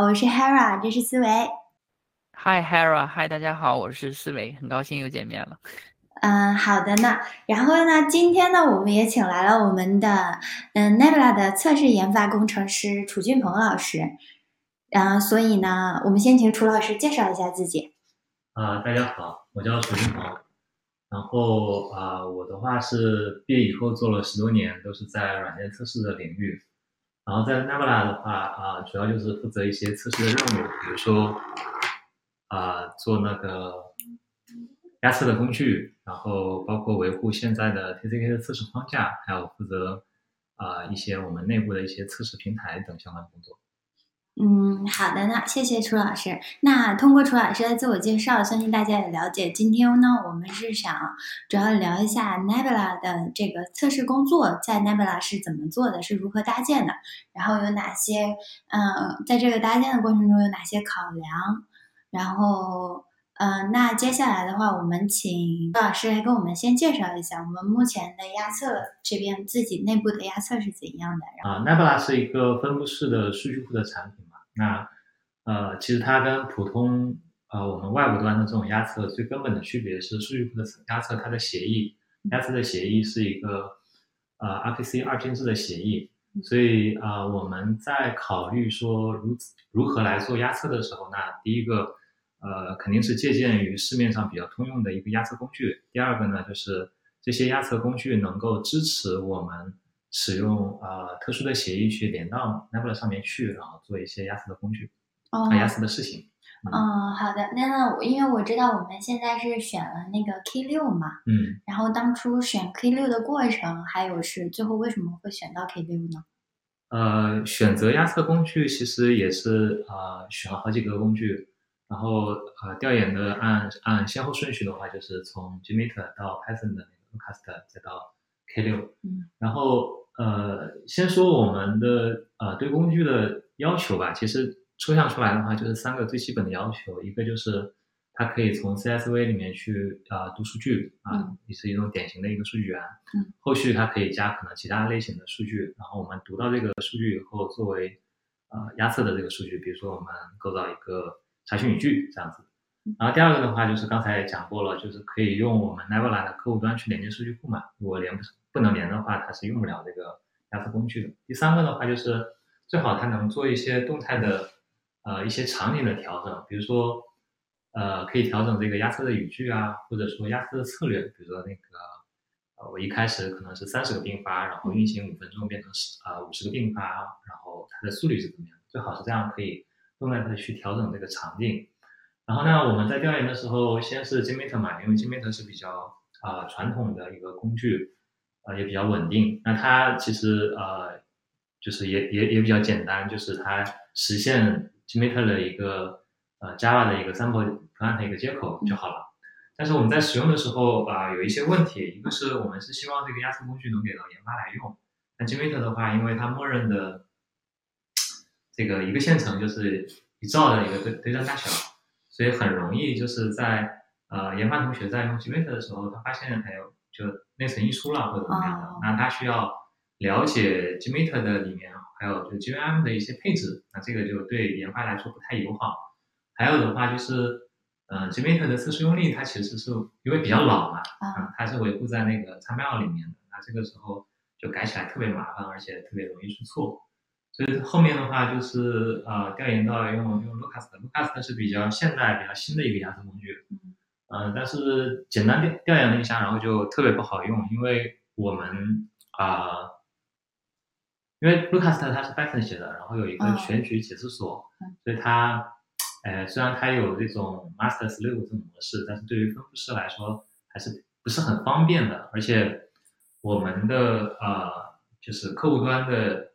我是 Hera，这是思维。嗨 Hera，嗨，大家好，我是思维，很高兴又见面了。嗯，好的呢。然后呢，今天呢，我们也请来了我们的嗯 Nebula 的测试研发工程师楚俊鹏老师。嗯，所以呢，我们先请楚老师介绍一下自己。啊、大家好，我叫楚金鹏。然后啊、我的话是毕业以后做了十多年，都是在软件测试的领域。然后在 Nebula 的话啊、主要就是负责一些测试的任务，比如说啊、做那个压测的工具，然后包括维护现在的 TCK 的测试框架，还有负责啊、一些我们内部的一些测试平台等相关工作。嗯，好的呢，谢谢楚老师。那通过楚老师的自我介绍，相信大家也了解。今天呢，我们是想主要聊一下 Nebula 的这个测试工作，在 Nebula 是怎么做的，是如何搭建的，然后有哪些，嗯、在这个搭建的过程中有哪些考量，然后，嗯、那接下来的话，我们请楚老师来给我们先介绍一下我们目前的压测这边自己内部的压测是怎样的，然后。啊、n e b u l a 是一个分布式的数据库的产品嘛。那呃，其实它跟普通呃我们外部端的这种压测最根本的区别是，数据库的压测它的协议，压测的协议是一个呃 RPC 二进制的协议。所以啊、呃我们在考虑说如此如何来做压测的时候，那第一个呃肯定是借鉴于市面上比较通用的一个压测工具。第二个呢，就是这些压测工具能够支持我们使用呃特殊的协议去连到 Nebula 上面去，然后做一些压测的工具、哦啊，压测的事情。嗯，好的。那呢，我因为我知道我们现在是选了那个 K 六嘛，嗯，然后当初选 K 六的过程，还有是最后为什么会选到 K 六呢？呃，选择压测工具其实也是呃选了好几个工具，然后呃调研的按按先后顺序的话，就是从 Gmeter 到 Python 的那个 Locust，再到 K 六，嗯，然后呃先说我们的呃对工具的要求吧，其实抽象出来的话就是三个最基本的要求，一个就是它可以从 CSV 里面去啊、呃读数据啊嗯，也是一种典型的一个数据源，嗯后续它可以加可能其他类型的数据，然后我们读到这个数据以后，作为呃压测的这个数据，比如说我们构造一个查询语句这样子。然后第二个的话就是刚才也讲过了，就是可以用我们 Nebula 的客户端去连接数据库嘛，如果连不不能连的话，它是用不了这个压测工具的。第三个的话就是最好它能做一些动态的呃一些场景的调整，比如说呃可以调整这个压测的语句啊，或者说压测的策略，比如说那个呃我一开始可能是三十个并发，然后运行五分钟变成十呃五十个并发，然后它的速率是怎么样？最好是这样可以动态的去调整这个场景。然后呢，我们在调研的时候，先是 Gmeter 嘛，因为 Gmeter 是比较啊、传统的一个工具，呃也比较稳定。那它其实呃就是也也也比较简单，就是它实现 Gmeter 的一个呃 Java 的一个 sample client 的一个接口就好了。但是我们在使用的时候啊、有一些问题，一个是我们是希望这个压缩工具能给到研发来用，但 Gmeter 的话，因为它默认的这个一个线程就是一兆的一个堆堆栈大小，所以很容易就是在呃研发同学在用 Gmeter 的时候，他发现还有就内存溢出了或者怎么样的，哦那他需要了解 Gmeter 的里面还有就 GVM 的一些配置，那这个就对研发来说不太友好。还有的话就是，呃，Gmeter 的测试用例它其实是因为比较老嘛，啊，啊，它是维护在那个 timeout 里面的，那这个时候就改起来特别麻烦，而且特别容易出错。所以后面的话就是呃，调研到用用 Locust，Locust 是比较现代、比较新的一个压测工具，嗯呃，但是简单调调研了一下，然后就特别不好用，因为我们啊、因为 Lucas 它是 Python 写的，然后有一嗯个选取解释锁，嗯所以它，呃，虽然它有这种 master slave 这种模式，但是对于分布式来说还是不是很方便的，而且我们的呃就是客户端的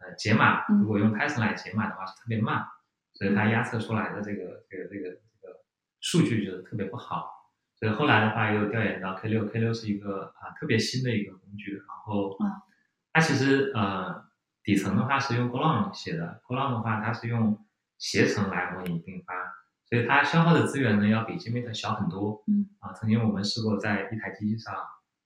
呃解码，嗯如果用 Python 来解码的话是特别慢，所以它压测出来的这个这个这个这个数据就是特别不好。所以后来的话，又调研到 K 六，K 六是一个啊、特别新的一个工具，然后啊它其实呃底层的话是用 Golang 写的，Golang 的话它是用携程来模拟并发，所以它消耗的资源呢要比 Gmeter 小很多。嗯啊，曾经我们试过在一台机器上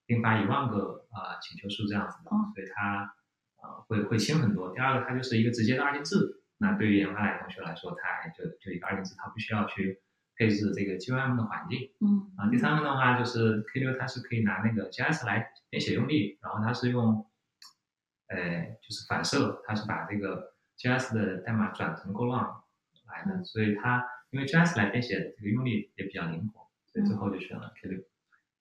并发一万个啊、请求数这样子的，哦呃所以它啊、会会轻很多。第二个，它就是一个直接的二进制，那对于研发类同学来说，它还就就一个二进制，它不需要去配置这个 QM 的环境。嗯啊，第三个的话就是 K 六，它是可以拿那个 JS 来编写用例，然后它是用，呃，就是反射，它是把这个 JS 的代码转成 Golang 来的，嗯所以它因为 JS 来编写这个用例也比较灵活，所以最后就选了 K 六。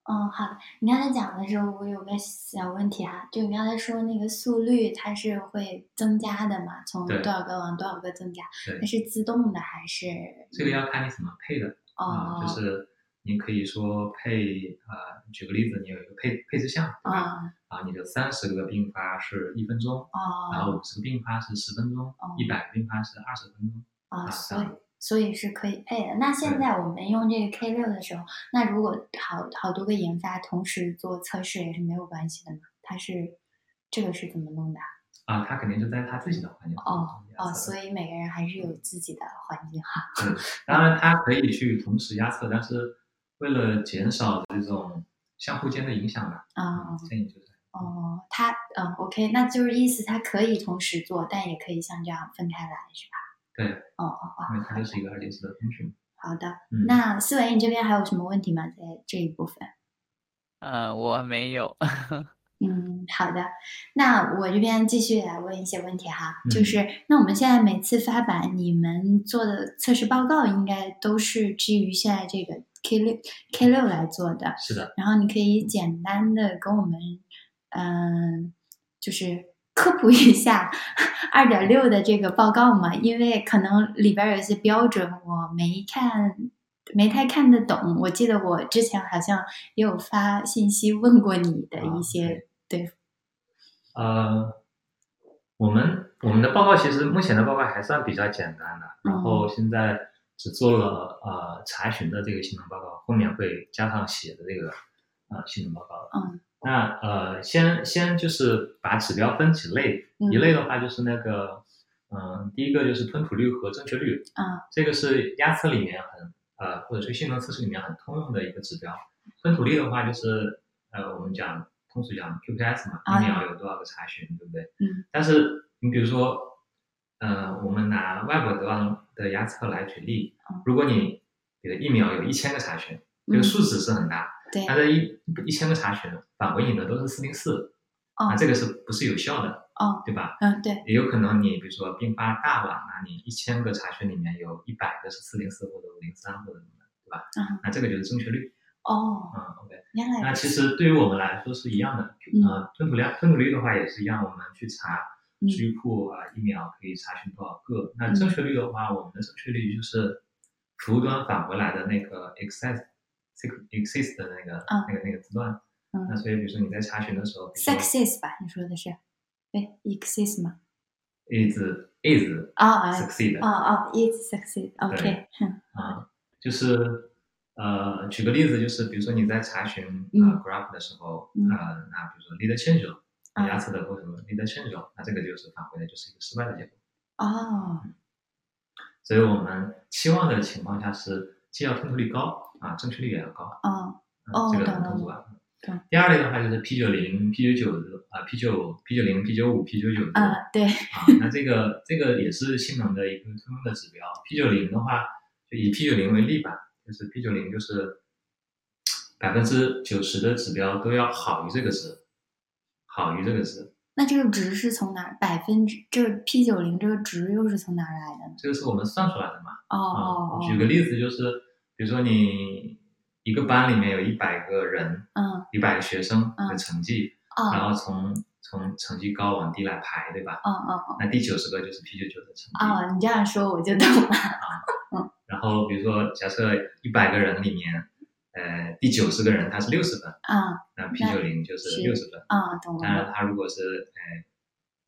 嗯，好的。你刚才讲的时候，我有个小问题啊，就你刚才说那个速率它是会增加的嘛，从对多少个往多少个增加，对它是自动的还是？这个要看你怎么配的啊、哦，就是你可以说配啊、举个例子，你有一个配配置项，对吧？啊啊，你的三十个并发是一分钟，然后哦五十个并发是十分钟哦，一百个并发是二十分钟。哦，啊所这以样所以是可以配的。那现对在我们用这个 K 六的时候，那如果好好多个研发同时做测试也是没有关系的嘛？它是这个是怎么弄的啊？啊，他肯定是在他自己的环境当中压测哦，的所以每个人还是嗯有自己的环境哈。当然他可以去同时压测，但是为了减少这种相互间的影响吧，啊、建议就是哦，它嗯，OK，那就是意思它可以同时做，但也可以像这样分开来，是吧？对，哦哦哦，因为它就是一个二进制的工具。好的。嗯，那思维，你这边还有什么问题吗？在这一部分？呃，我没有， 嗯，好的。那我这边继续来问一些问题哈，就嗯是那我们现在每次发版，你们做的测试报告应该都是基于现在这个 K 六 K 六来做的，是的，然后你可以简单的跟我们，嗯、就是科普一下 二点六的这个报告嘛，因为可能里边儿有一些标准我没看，没太看得懂。我记得我之前好像也有发信息问过你的啊一些，呃，我们我们的报告其实目前的报告还算比较简单的，嗯然后现在只做了呃查询的这个性能报告，后面会加上写的这个呃性能报告。嗯，那呃先先就是把指标分几类，嗯一类的话就是那个嗯、呃第一个就是吞吐率和正确率，嗯，这个是压测里面很呃或者说性能测试里面很通用的一个指标。吞吐率的话就是呃我们讲通俗讲 QPS 嘛，啊一秒有多少个查询，对不对？嗯。但是你比如说，呃，我们拿外部的的压测来举例嗯，如果你你的一秒有一千个查询，这嗯个数值是很大，对，它这一一千个查询返回你的都是四零四，哦那这个是不是有效的，哦，对吧？嗯，对，也有可能你比如说并发大了，那你一千个查询里面有一百个是四零四或者五零三或者什么的，对吧？嗯，那这个就是正确率，哦，嗯，OK。原来那如其此实对于我们来说是一样的，嗯呃，吞吐量、吞吐率的话也是一样，我们去查嗯数据库啊，一秒可以查询多少个。那嗯正确率的话，我们的正确率就是服务端返回来的那个 exist exist 的那个、啊那个那个字段。嗯那所以比如说你在查询的时候，比如说 success 吧，你说的是，对，exist 吗？ is is 哦啊 succeed 哦哦，is success，OK，对哼啊，就是呃，举个例子，就是比如说你在查询嗯呃 graph 的时候，嗯呃，那比如说 leader change，啊压测的过程中 leader change，那这个就是返回的就是一个失败的结果。哦，所以我们期望的情况下是，既要吞吐率高啊，正确率也要高。哦，嗯哦这个懂很了通俗吧。懂第二类的话就是 P 九零、P 九九啊、P 九、P 九零、P 九五、P 九九啊、对，啊，那这个这个也是性能的一个通用的指标。P 九零的话，就以 P 九零为例吧，就是 P 九零就是百分之九十的指标都要好于这个值，好于这个值。那这个值是从哪儿？百分之这个 P 九零这个值又是从哪儿来的呢？这个是我们算出来的嘛？哦啊哦，举哦，个例子，就是比如说你一个班里面有一百个人，嗯一百个学生嗯的成绩，然哦后从从成绩高往低来排，对吧？哦哦那第九十个就是 P 九九的成绩。哦，你这样说我就懂了。然后比如说假设一百个人里面，呃，第九十个人他是六十分，啊那 P 九零就是是六十分。啊，懂当了。然，他如果是呃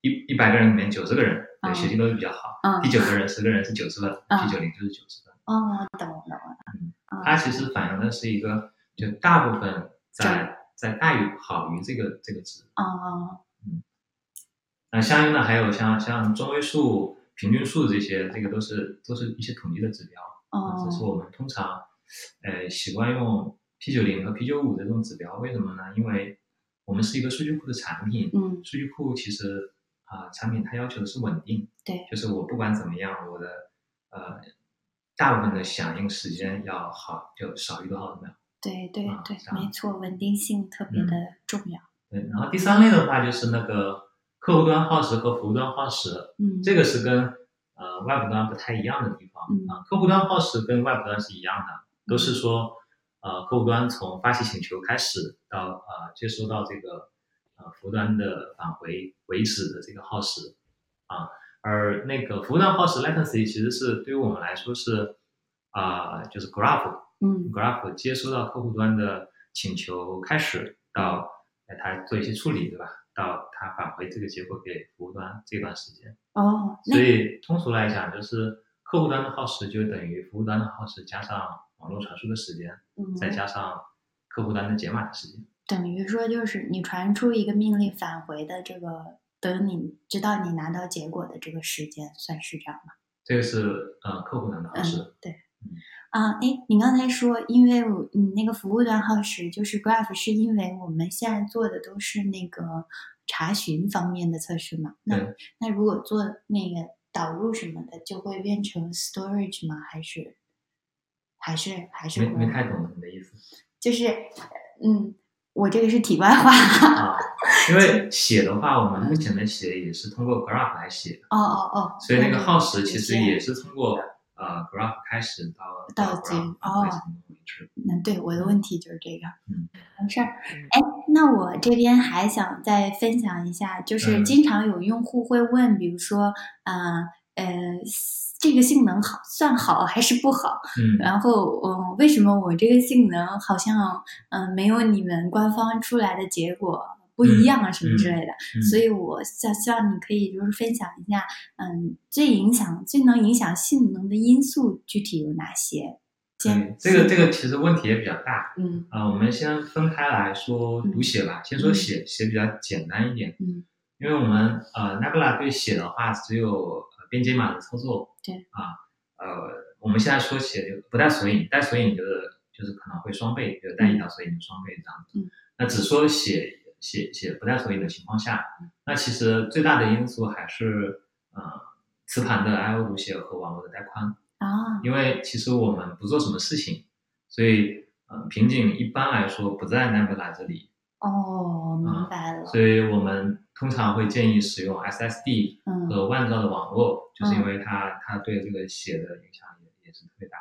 一一百个人里面九十个人，对嗯学习都是比较好，嗯第九个人十个人是九十分嗯，P 九零就是九十分。哦，懂了懂了。它其实反映的是一个，就大部分在在大于好于这个这个值。哦那相应的还有像像中位数、平均数这些，这个都是都是一些统计的指标。哦只啊是我们通常，呃，习惯用 P 九零和 P 九五这种指标，为什么呢？因为我们是一个数据库的产品，嗯数据库其实啊、啊、产品它要求的是稳定，对，就是我不管怎么样，我的呃大部分的响应时间要好，就少于多少秒。对对啊对这，样没错，稳定性特别嗯的重要。对，然后第三类的话就是那个客户端耗时和服务端耗时，嗯，这个是跟呃外部端不太一样的地方嗯啊。客户端耗时跟外部端是一样的，都是说呃客户端从发起请求开始到呃接收到这个呃服务端的返回为止的这个耗时啊，而那个服务端耗时 latency 其实是对于我们来说是啊、就是 graph 嗯 graph 接收到客户端的请求开始到呃它做一些处理，对吧？到它返回这个结果给服务端这段时间，哦，那所以通俗来讲，就是客户端的耗时就等于服务端的耗时加上网络传输的时间，嗯再加上客户端的解码的时间。等于说就是你传出一个命令返回的这个，等你直到你拿到结果的这个时间，算是这样吗？这个是呃客户端的耗时，嗯，对。啊，哎，你刚才说，因为我你那个服务端耗时就是 Graph，是因为我们现在做的都是那个查询方面的测试嘛？那对那如果做那个导入什么的，就会变成 Storage 吗？还是还是还是没没 Graph？太懂你的意思就是嗯，我这个是题外话。 啊，因为写的话，我们目前的写也是通过 graph 来写，哦哦哦，所以那对个耗时其实对也是通过呃 graph 开始到到结 graph 哦返回成功为止。嗯，对，我的问题就是这个。嗯，没事儿。哎，那我这边还想再分享一下，就是嗯经常有用户会问，比如说，啊呃，这个性能好算好还是不好？嗯，然后，嗯，为什么我这个性能好像，嗯、没有你们官方出来的结果不嗯一样啊，什么之类的？所以我想希望你可以就是分享一下，嗯，最影响、最能影响性能的因素具体有哪些？嗯先，这个这个其实问题也比较大嗯啊、我们先分开来说嗯读写吧，先说嗯写，写比较简单一点，嗯因为我们呃 Nabla 对写的话只有呃编解码的操作，对啊，呃，我们现在说写就不带索引，带索引就是就是可能会双倍，就是带一条索引就双倍这样子。嗯那只说写写写不带索引的情况下，嗯那其实最大的因素还是呃磁盘的 I/O 读写和网络的带宽。啊，因为其实我们不做什么事情，所以呃瓶颈一般来说不在 Nebula 这里，哦，明白了，啊所以我们通常会建议使用 SSD 嗯，和万兆的网络，就是因嗯为它它对这个写的影响也也是特别大。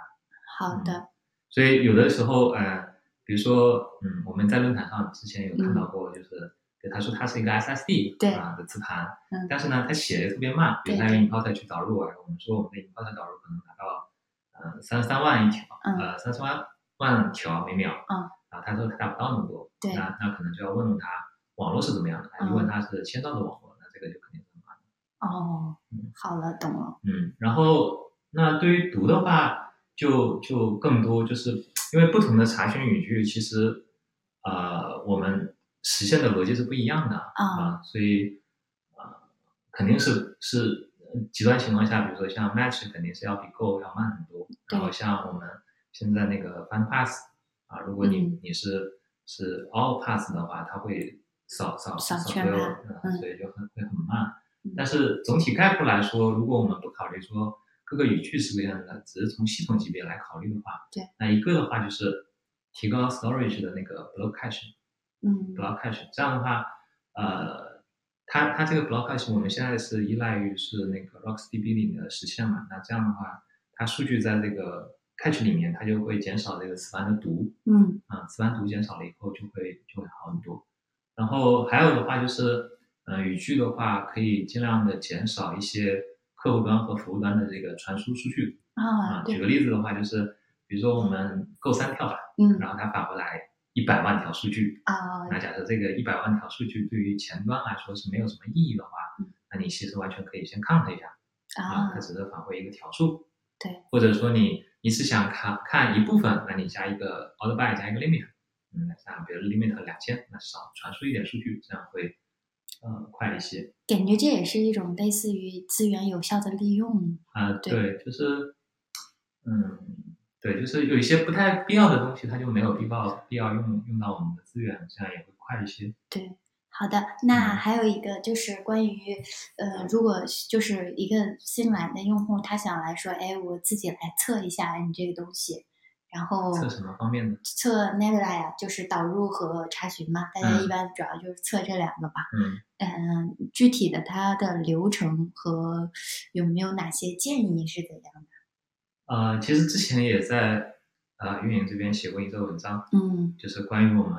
好的，所以有的时候，呃，比如说，嗯，我们在论坛上之前有看到过，就是对他说它是一个 SSD 嗯对啊的磁盘，嗯但是呢，它写的特别慢，比如对它用 Importer 去导入啊，我们说我们的 Importer 导入可能达到呃三三万一条，嗯呃三十万万条每秒，嗯啊，他说他达不到那么多，对那那可能就要问问他网络是怎么样的，嗯如果他是千兆的网络，那这个就肯定很麻烦，哦嗯，好了，懂了，嗯，然后那对于读的话，就就更多就是因为不同的查询语句，其实呃我们实现的逻辑是不一样的啊、所以呃肯定是是呃极端情况下，比如说像 Match 肯定是要比 Go 要慢很多，对然后像我们现在那个 Fan Pass 啊、如果你、嗯你是是 All Pass 的话，它会扫扫扫所圈有，呃吧嗯所以就很会很慢。嗯但是总体概括来说，如果我们不考虑说各个语句是不一样的，只是从系统级别来考虑的话，对，那一个的话就是提高 storage 的那个 block cache，block 嗯 cache，这样的话，呃，它它这个 block cache 我们现在是依赖于是那个 RocksDB 里面的实现嘛，那这样的话，它数据在这个 cache 里面，它就会减少这个磁盘的读，嗯啊，磁盘读减少了以后就会就会好很多。然后还有的话就是，呃，语句的话可以尽量的减少一些客户端和服务端的这个传输数据啊。啊，举对，个例子的话就是，比如说我们够三跳吧，嗯然后它返回来一百万条数据，啊，那假设这个一百万条数据对于前端来说是没有什么意义的话嗯，那你其实完全可以先 count 一下啊，啊它，只是返回一个条数。对，或者说你你只想看看一部分，那你加一个 order by 加一个 limit，嗯，像比如 limit 两千，那少传输一点数据，这样会呃快一些。感觉这也是一种类似于资源有效的利用，啊、对对，就是嗯，对，就是有一些不太必要的东西，它就没有必要必要用用到我们的资源，这样也会快一些。对。好的，嗯那还有一个就是关于，呃，如果就是一个新来的用户，他想来说，哎，我自己来测一下你这个东西，然后测什么方面呢？测 Nebula 呀，就是导入和查询嘛，大家嗯一般主要就是测这两个吧。嗯，嗯、具体的它的流程和有没有哪些建议是怎样的？呃，其实之前也在呃运营这边写过一则文章，嗯就是关于我们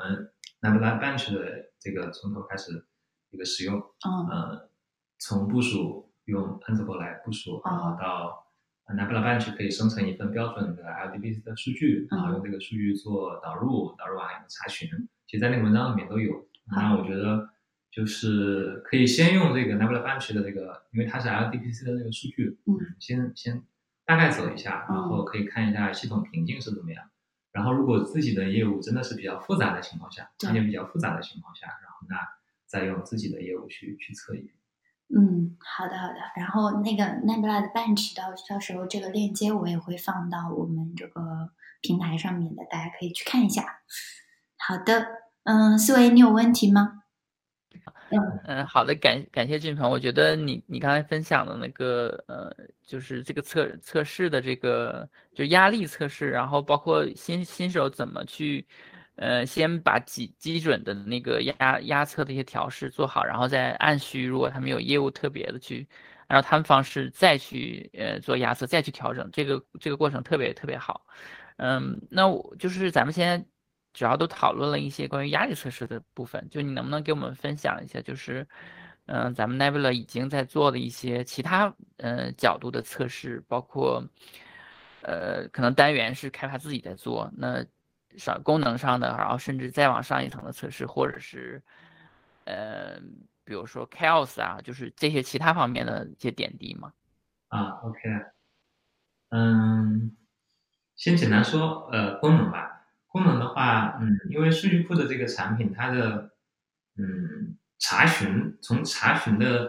Nebula Bench 的这个从头开始一个使用，嗯呃，从部署用 Ansible 来部署，然后到 Nebula Bench 可以生成一份标准的 LDB 的数据，然后用这个数据做导入，导入完以后查询，其实在那个文章里面都有。那我觉得就是可以先用这个 Nebula Bench 的这个，因为它是 LDPC 的这个数据，嗯，先先大概走一下，嗯然后可以看一下系统瓶颈是怎么样。然后，如果自己的业务真的是比较复杂的情况下，对案件比较复杂的情况下，然后那再用自己的业务去去测一遍。嗯，好的好的。然后那个 Nebula 的 Bench 到到时候这个链接我也会放到我们这个平台上面的，大家可以去看一下。好的，嗯，思维你有问题吗？嗯，好的，感感谢俊鹏。我觉得你你刚才分享的那个呃，就是这个测测试的这个就压力测试，然后包括新新手怎么去呃，先把基基准的那个压压测的一些调试做好，然后再按需，如果他们有业务特别的去按照他们方式再去呃做压测，再去调整，这个这个过程特别特别好。嗯，那我就是咱们现在主要都讨论了一些关于压力测试的部分，就你能不能给我们分享一下，就是，嗯、咱们 Nebula 已经在做的一些其他呃角度的测试，包括，呃，可能单元是开发自己在做，那上功能上的，然后甚至再往上一层的测试，或者是，呃，比如说 Chaos 啊，就是这些其他方面的一些点滴嘛。啊，OK，嗯，先简单说呃功能吧。功能的话，嗯，因为数据库的这个产品，它的嗯查询从查询的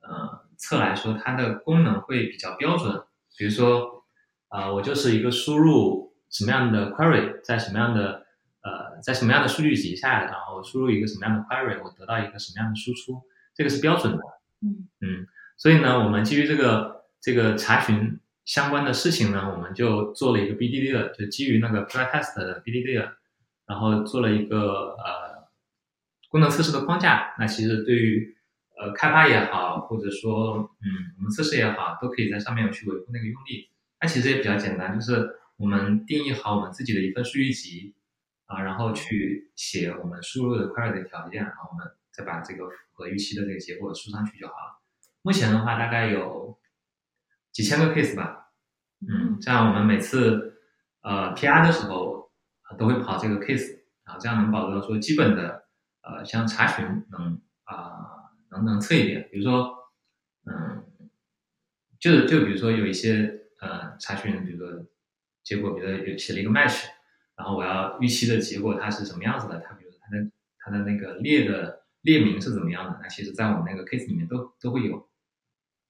呃侧来说，它的功能会比较标准。比如说，啊、我就是一个输入什么样的 query，在什么样的呃在什么样的数据集下，然后输入一个什么样的 query，我得到一个什么样的输出，这个是标准的。嗯嗯，所以呢，我们基于这个这个查询相关的事情呢，我们就做了一个 BDD 的，就基于那个 p r i test 的 BDD 的，然后做了一个呃功能测试的框架。那其实对于呃开发也好，或者说嗯我们测试也好，都可以在上面去维护那个用例。那其实也比较简单，就是我们定义好我们自己的一份数据集啊，然后去写我们输入的 query 的条件，然后我们再把这个符合预期的这个结果输上去就好了。目前的话大概有几千个 case 吧，嗯，这样我们每次呃 PR 的时候呃都会跑这个 case，然后这样能保证说基本的呃像查询能啊、能能测一遍，比如说嗯，就就比如说有一些呃查询，比如说结果，比如说有写了一个 match，然后我要预期的结果它是什么样子的，它比如说它的它的那个列的列名是怎么样的，那其实在我们那个 case 里面都都会有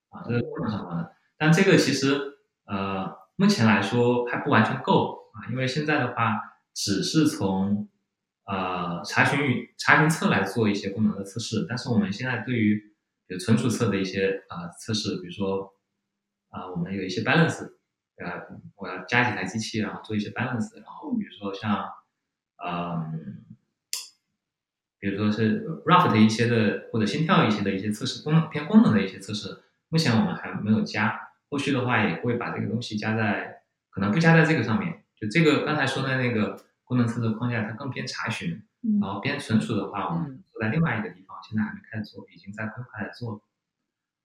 啊，这是功能上面的。但这个其实呃目前来说还不完全够啊，因为现在的话只是从呃查询与查询侧来做一些功能的测试，但是我们现在对于比如存储侧的一些呃测试，比如说啊、我们有一些 balance，呃，我要加几台机器，然后做一些 balance，然后比如说像，嗯，比如说是 Raft 的一些的或者心跳一些的一些测试功能偏功能的一些测试，目前我们还没有加，后续的话也会把这个东西加在，可能不加在这个上面，就这个刚才说的那个功能测试框架，它更偏查询，嗯然后边存储的话，我嗯们做在另外一个地方，现在还没开始做，已经在规划在做了。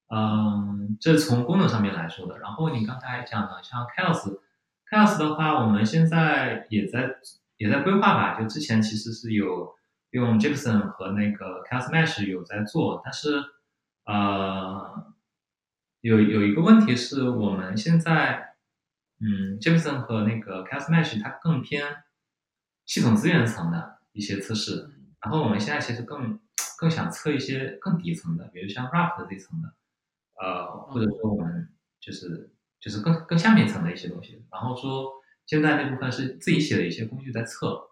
嗯，这是从功能上面来说的。然后你刚才还讲了，像 Chaos，Chaos 的话，我们现在也在也在规划吧。就之前其实是有用 Jepson 和那个 Chaos Mesh 有在做，但是呃，有有一个问题是我们现在嗯 Jepson 和那个 Chaos Mesh 它更偏系统资源层的一些测试，然后我们现在其实更更想测一些更底层的，比如像 Raft 这一层的，呃，或者说我们就是就是更更下面一层的一些东西。然后说现在那部分是自己写的一些工具在测，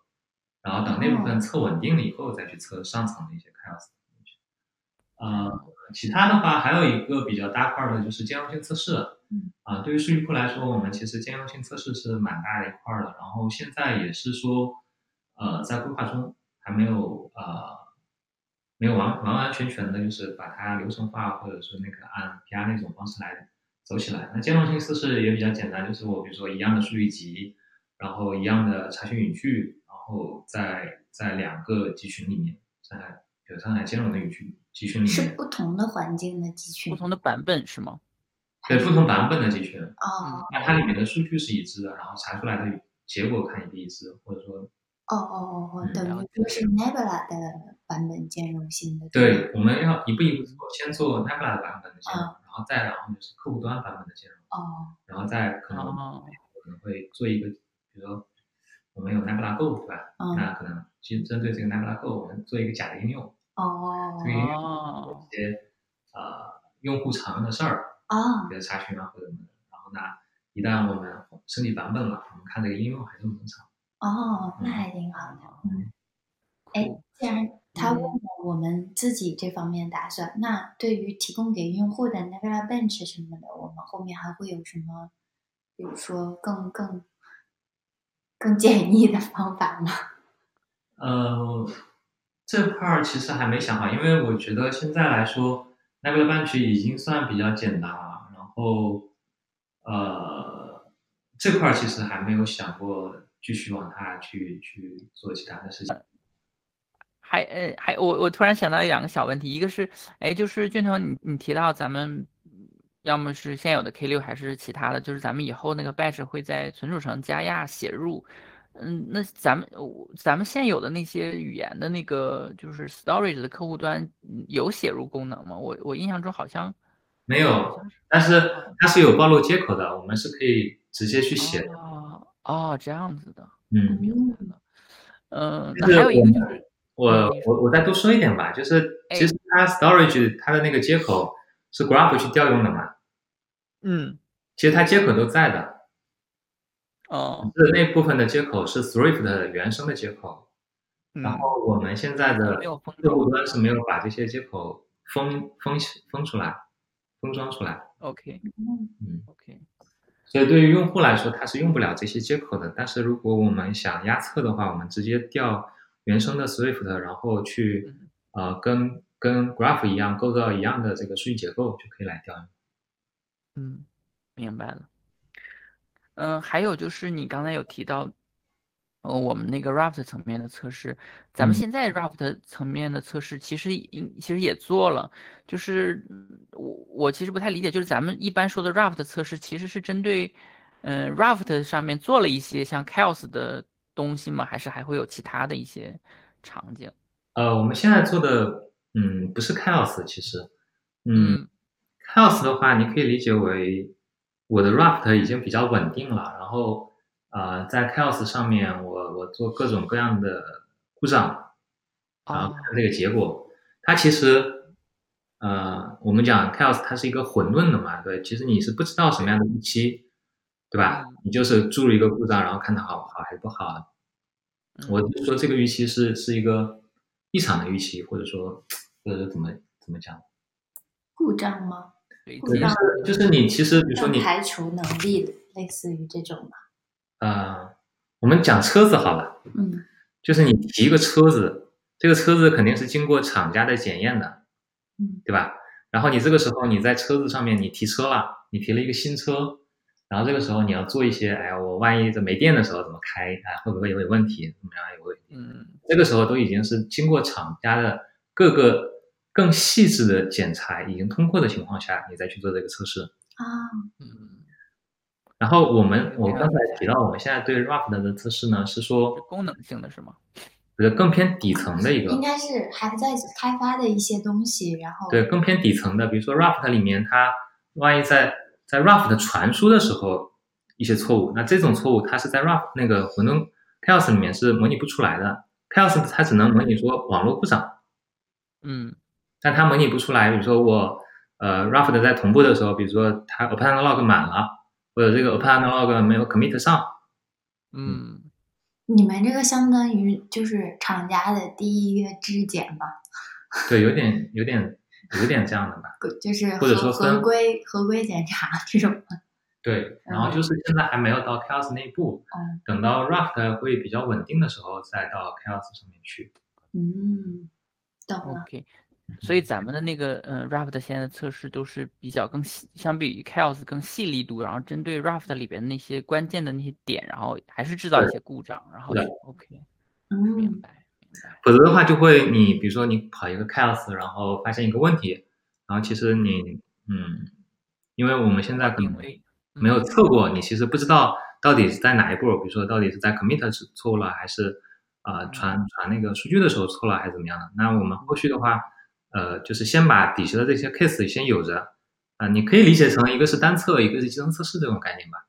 然后等那部分测稳定了以后再去测上层的一些 Chaos 的东西。呃，其他的话还有一个比较大块的就是兼容性测试。嗯啊、对于数据库来说，我们其实兼容性测试是蛮大的一块儿的，然后现在也是说，呃，在规划中还没有呃，没有完完完全全的，就是把它流程化，或者说那个按 PR 那种方式来走起来。那兼容性测试也比较简单，就是我比如说一样的数据集，然后一样的查询语句，然后在在两个集群里面，上海比如上海兼容的语句集群里嗯是面，不同的环境的集群不同的版本是吗？嗯对不同版本的集群，哦那它里面的数据是一致的，然后查出来的结果看也是一致，或者说，哦哦哦，嗯等了于说是 Nebula 的版本兼容性的。对，我们要一步一步做，先做 Nebula 的版本的兼容，嗯然后再然后就是客户端版本的兼容，哦，然后再可能哦可能会做一个，比如说我们有 Nebula Go 对吧？嗯，那可能其实针对这个 Nebula Go，我们做一个假的应用，哦这个应用哦，一些呃用户常用的事儿，哦，比如查询啊或者什么的，然后呢，一旦我们升级版本了，我们看这个应用还正不正常。哦，那还挺好的。嗯，哎酷，既然他问嗯了我们自己这方面打算，那对于提供给用户的 Nebula Bench 什么的，我们后面还会有什么，比如说更更更简易的方法吗？呃，这块儿其实还没想好，因为我觉得现在来说，Nebula Bench 已经算比较简单了。然后，呃，这块儿其实还没有想过继续往它去去做其他的事情。还呃还我我突然想到两个小问题，一个是哎就是俊成你你提到咱们要么是现有的 K 六还是其他的，就是咱们以后那个 batch 会在存储层加压写入，嗯，那咱们我咱们现有的那些语言的那个就是 storage 的客户端嗯有写入功能吗？我我印象中好像没有，但是它是有暴露接口的，我们是可以直接去写的。哦哦这样子的，嗯，明白了，嗯，就是那还有一我个们就是我我我再多说一点吧，就是嗯哎其实它 storage 它的那个接口是 Graph 去调用的嘛，嗯其实它接口都在的。哦是那部分的接口是 Swift 的原生的接口，嗯然后我们现在的没有封客装户端是没有把这些接口封封封出来、封装出来， ，OK 嗯，嗯， OK。所以对于用户来说，它是用不了这些接口的。但是如果我们想压测的话，我们直接调原生的 Swift，然后去嗯呃跟跟 Graph 一样构造一样的这个数据结构就可以来调用。嗯，明白了。嗯，还有就是你刚才有提到，呃，我们那个 Raft 层面的测试，咱们嗯现在 Raft 层面的测试其实应其实也做了，就是嗯我我其实不太理解，就是咱们一般说的 Raft 测试其实是针对，嗯，Raft 上面做了一些像 Chaos 的东西吗？还是还会有其他的一些场景？呃，我们现在做的，嗯，不是 Chaos，其实，嗯，Chaos 的话，你可以理解为我的 Raft 已经比较稳定了，然后，呃，在 Chaos 上面我，我做各种各样的故障，然后哦看这个结果。它其实，呃，我们讲 Chaos 它是一个混沌的嘛，对，其实你是不知道什么样的预期，对吧嗯？你就是注入一个故障，然后看它好好还是不好，嗯我就说这个预期是是一个异常的预期，或者说或者说怎么怎么讲， 故障吗？对故对，这就障样是就是你其实比如说更你排除能力，类似于这种吧。呃，我们讲车子好了，嗯，就是你提一个车子，这个车子肯定是经过厂家的检验的，嗯，对吧？然后你这个时候你在车子上面你提车了，你提了一个新车，然后这个时候你要做一些，哎呀，我万一这没电的时候怎么开？哎，会不会有点问题？怎么样？有问题？嗯这个时候都已经是经过厂家的各个更细致的检查，已经通过的情况下，你再去做这个测试。啊，嗯，然后我们我了刚才提到，我们现在对 Raft 的测试呢，是说是功能性的是吗？呃更偏底层的一应个，该是还在开发的一些东西，然后对更偏底层的，比如说 Raft 里面它万一在在 Raft 传输的时候一些错误，那这种错误它是在 Raft 那个混沌 Chaos 里面是模拟不出来的，Chaos 它只能模拟说网络故障。嗯但它模拟不出来。比如说我呃 Raft 在同步的时候，比如说它 append log 满了，或者这个 append log 没有 commit 上，嗯。你们这个相当于就是厂家的第一个质检吧？对，有点有点有点这样的吧。就是或者说合合分规合规检查这种。对，然后就是现在还没有到 chaos 那一步，嗯等到 raft 会比较稳定的时候，再到 chaos 上面去。嗯，懂了。 OK，所以咱们的那个嗯、呃 Raft 现在的测试都是比较更细，相比于 Chaos 更细力度，然后针对 Raft 里边那些关键的那些点，然后还是制造一对些故障，然后对去 OK，明嗯，白明白。否则的话，就会你比如说你跑一个 chaos，然后发现一个问题，然后其实你嗯，因为我们现在可能定位嗯没嗯有测过，你其实不知道到底是在哪一步，比如说到底是在 commit 是错误了，还是呃传传那个数据的时候错了，还是怎么样的？那我们后续的话，呃，就是先把底下的这些 case 先有着，啊、你可以理解成一个是单测，一个是集成测试这种概念吧。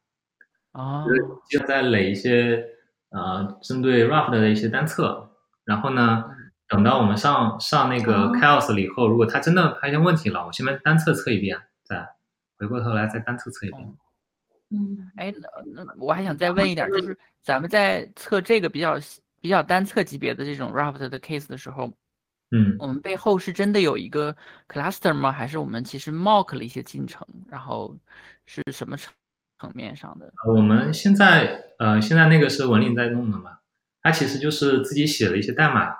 啊，就是就在垒一些呃针对 Raft 的一些单测，然后呢，等到我们上上那个哦 Chaos 了以后，如果它真的发现问题了，我先单测测一遍，再回过头来再单测测一遍。哦嗯，哎，那那我还想再问一点，嗯就是咱们在测这个比较细比较单测级别的这种 Raft 的 case 的时候，嗯，我们背后是真的有一个 cluster 吗？还是我们其实 mock 了一些进程，然后是什么层层面上的？呃我们现在呃现在那个是文林在弄的嘛，他其实就是自己写了一些代码，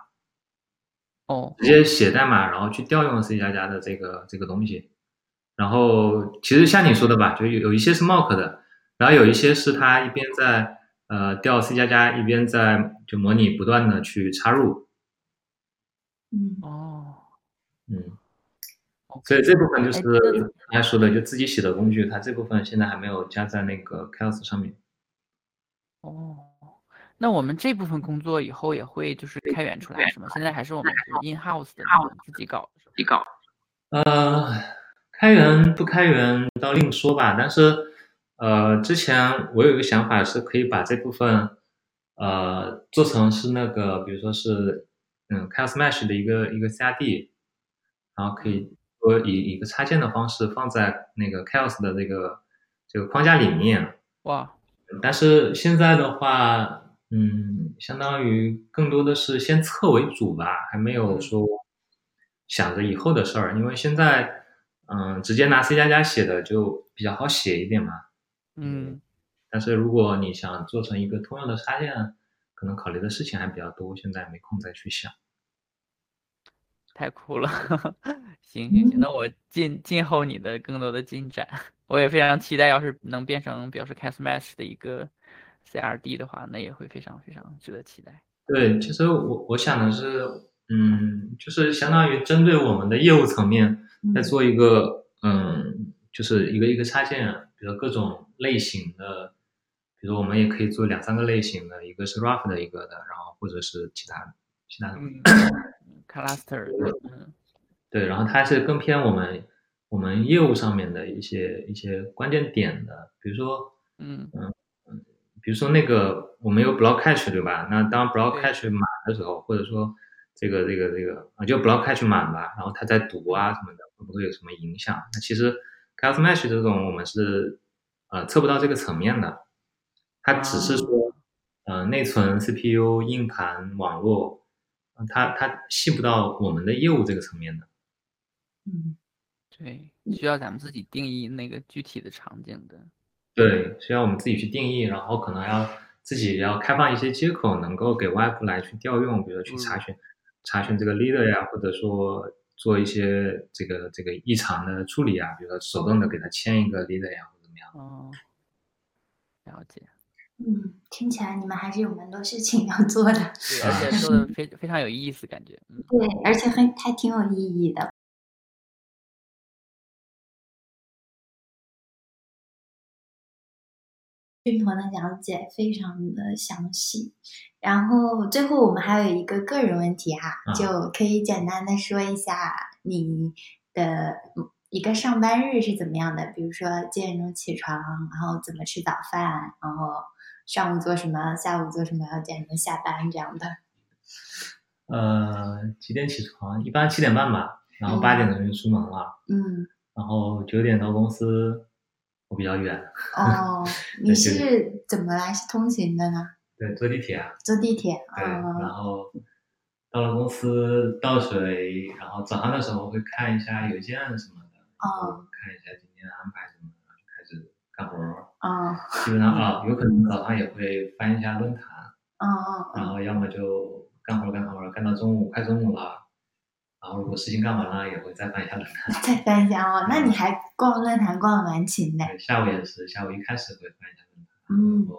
哦，直接写代码，然后去调用 C 加加的这个这个东西。然后其实像你说的吧，就有有一些是 mock 的，然后有一些是它一边在呃调 C 加加，一边在就模拟不断的去插入，嗯，哦嗯， ，OK，所以这部分就哎是那你刚才说的，就自己写的工具，它这部分现在还没有加在那个 Chaos 上面。哦，那我们这部分工作以后也会就是开源出来是吗？现在还是我们是 in house 的那种自己搞的是吗？自己搞。呃，开源不开源倒另说吧，但是呃，之前我有一个想法是可以把这部分呃做成是那个，比如说是嗯 Chaos Mesh 的一个一个 CRD，然后可以说以以一个插件的方式放在那个 Chaos 的这个这个框架里面，哇，但是现在的话，嗯，相当于更多的是先测为主吧，还没有嗯说想着以后的事儿，因为现在，嗯，直接拿 C 加加写的就比较好写一点嘛。嗯，但是如果你想做成一个通用的插件，可能考虑的事情还比较多，现在没空再去想。太酷了， 行行行，那我静静候你的更多的进展， 我也非常期待，要是能变成比如说 Cast Match 的一个 CRD 的话，那也会非常非常值得期待。对，其实我我想的是，嗯，就是相当于针对我们的业务层面，再嗯做一个，嗯，就是一个一个插件，啊比如各种类型的，比如我们也可以做两三个类型的，一个是 Raft 的一个的，然后或者是其他的其他的，嗯，Cluster，嗯对，然后它是更偏我们我们业务上面的一些一些关键点的，比如说，嗯比如说那个我们有 block cache 对吧？那当 block 对 cache 满的时候，或者说这个这个这个啊，就 block cache 满吧，然后它在读啊什么的，会不会有什么影响？那其实 chaos match 这种我们是呃测不到这个层面的，它只是说呃内存、CPU、硬盘、网络，呃它它细不到我们的业务这个层面的。嗯对，需要咱们自己定义那个具体的场景的。对，需要我们自己去定义，然后可能要自己要开放一些接口，能够给外部来去调用，比如说去查询、查询这个 leader 呀，或者说做一些这个这个异常的处理啊，比如说手动的给它签一个 leader 呀，或者怎么样。哦，了解，嗯，听起来你们还是有蛮多事情要做的，对，而且说的非非常有意思，感觉，嗯。对，而且还还挺有意义的。军团的了解非常的详细，然后最后我们还有一个个人问题哈，嗯就可以简单的说一下你的一个上班日是怎么样的，比如说几点钟起床，然后怎么吃早饭，然后上午做什么，下午做什么，几点钟下班这样的。呃，几点起床？一般七点半吧，然后八点钟就出门了，嗯，然后九点到公司，我比较远， 哦，你对是怎么来通勤的呢？对，坐地铁啊，坐地铁对，啊？然后到了公司倒水，然后早上的时候会看一下邮件什么的，然哦嗯后看一下今天安排什么，然后就开始干活儿。嗯基本上啊，有可能早上也会翻一下论坛，嗯嗯然后要么就干活儿干活儿干到中午快中午了，然后如果事情干完了也会再翻一下论坛。再翻一下哦，那你还逛论坛逛的蛮勤的，对，下午也是，下午一开始会翻一下论坛，嗯然后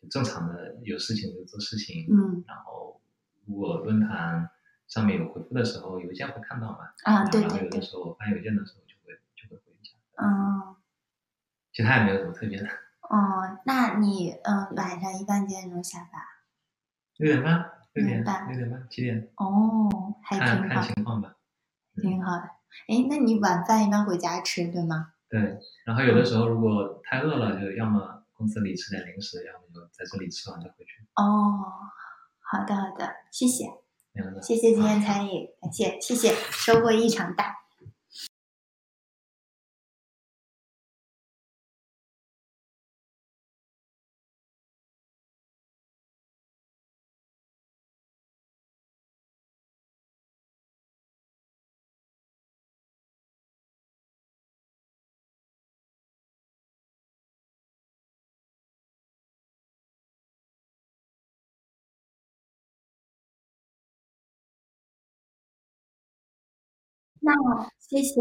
就正常的有事情就做事情，嗯然后如果论坛上面有回复的时候，邮件会看到嘛，啊，然后对然后对有的对，时候翻邮件的时候就会就会回一下，嗯其他也没有什么特别的。哦，那你嗯晚上一般几点钟下班？六点半，六点明白六点半七点，哦，还看挺看好，情况吧。嗯挺好的。哎，那你晚饭一般回家吃对吗？对，然后有的时候如果太饿了，就要么公司里吃点零食，要么就在这里吃完再回去，哦，好的好的，谢谢。那样的。谢谢今天参与，感谢谢谢，收获异常大。那谢谢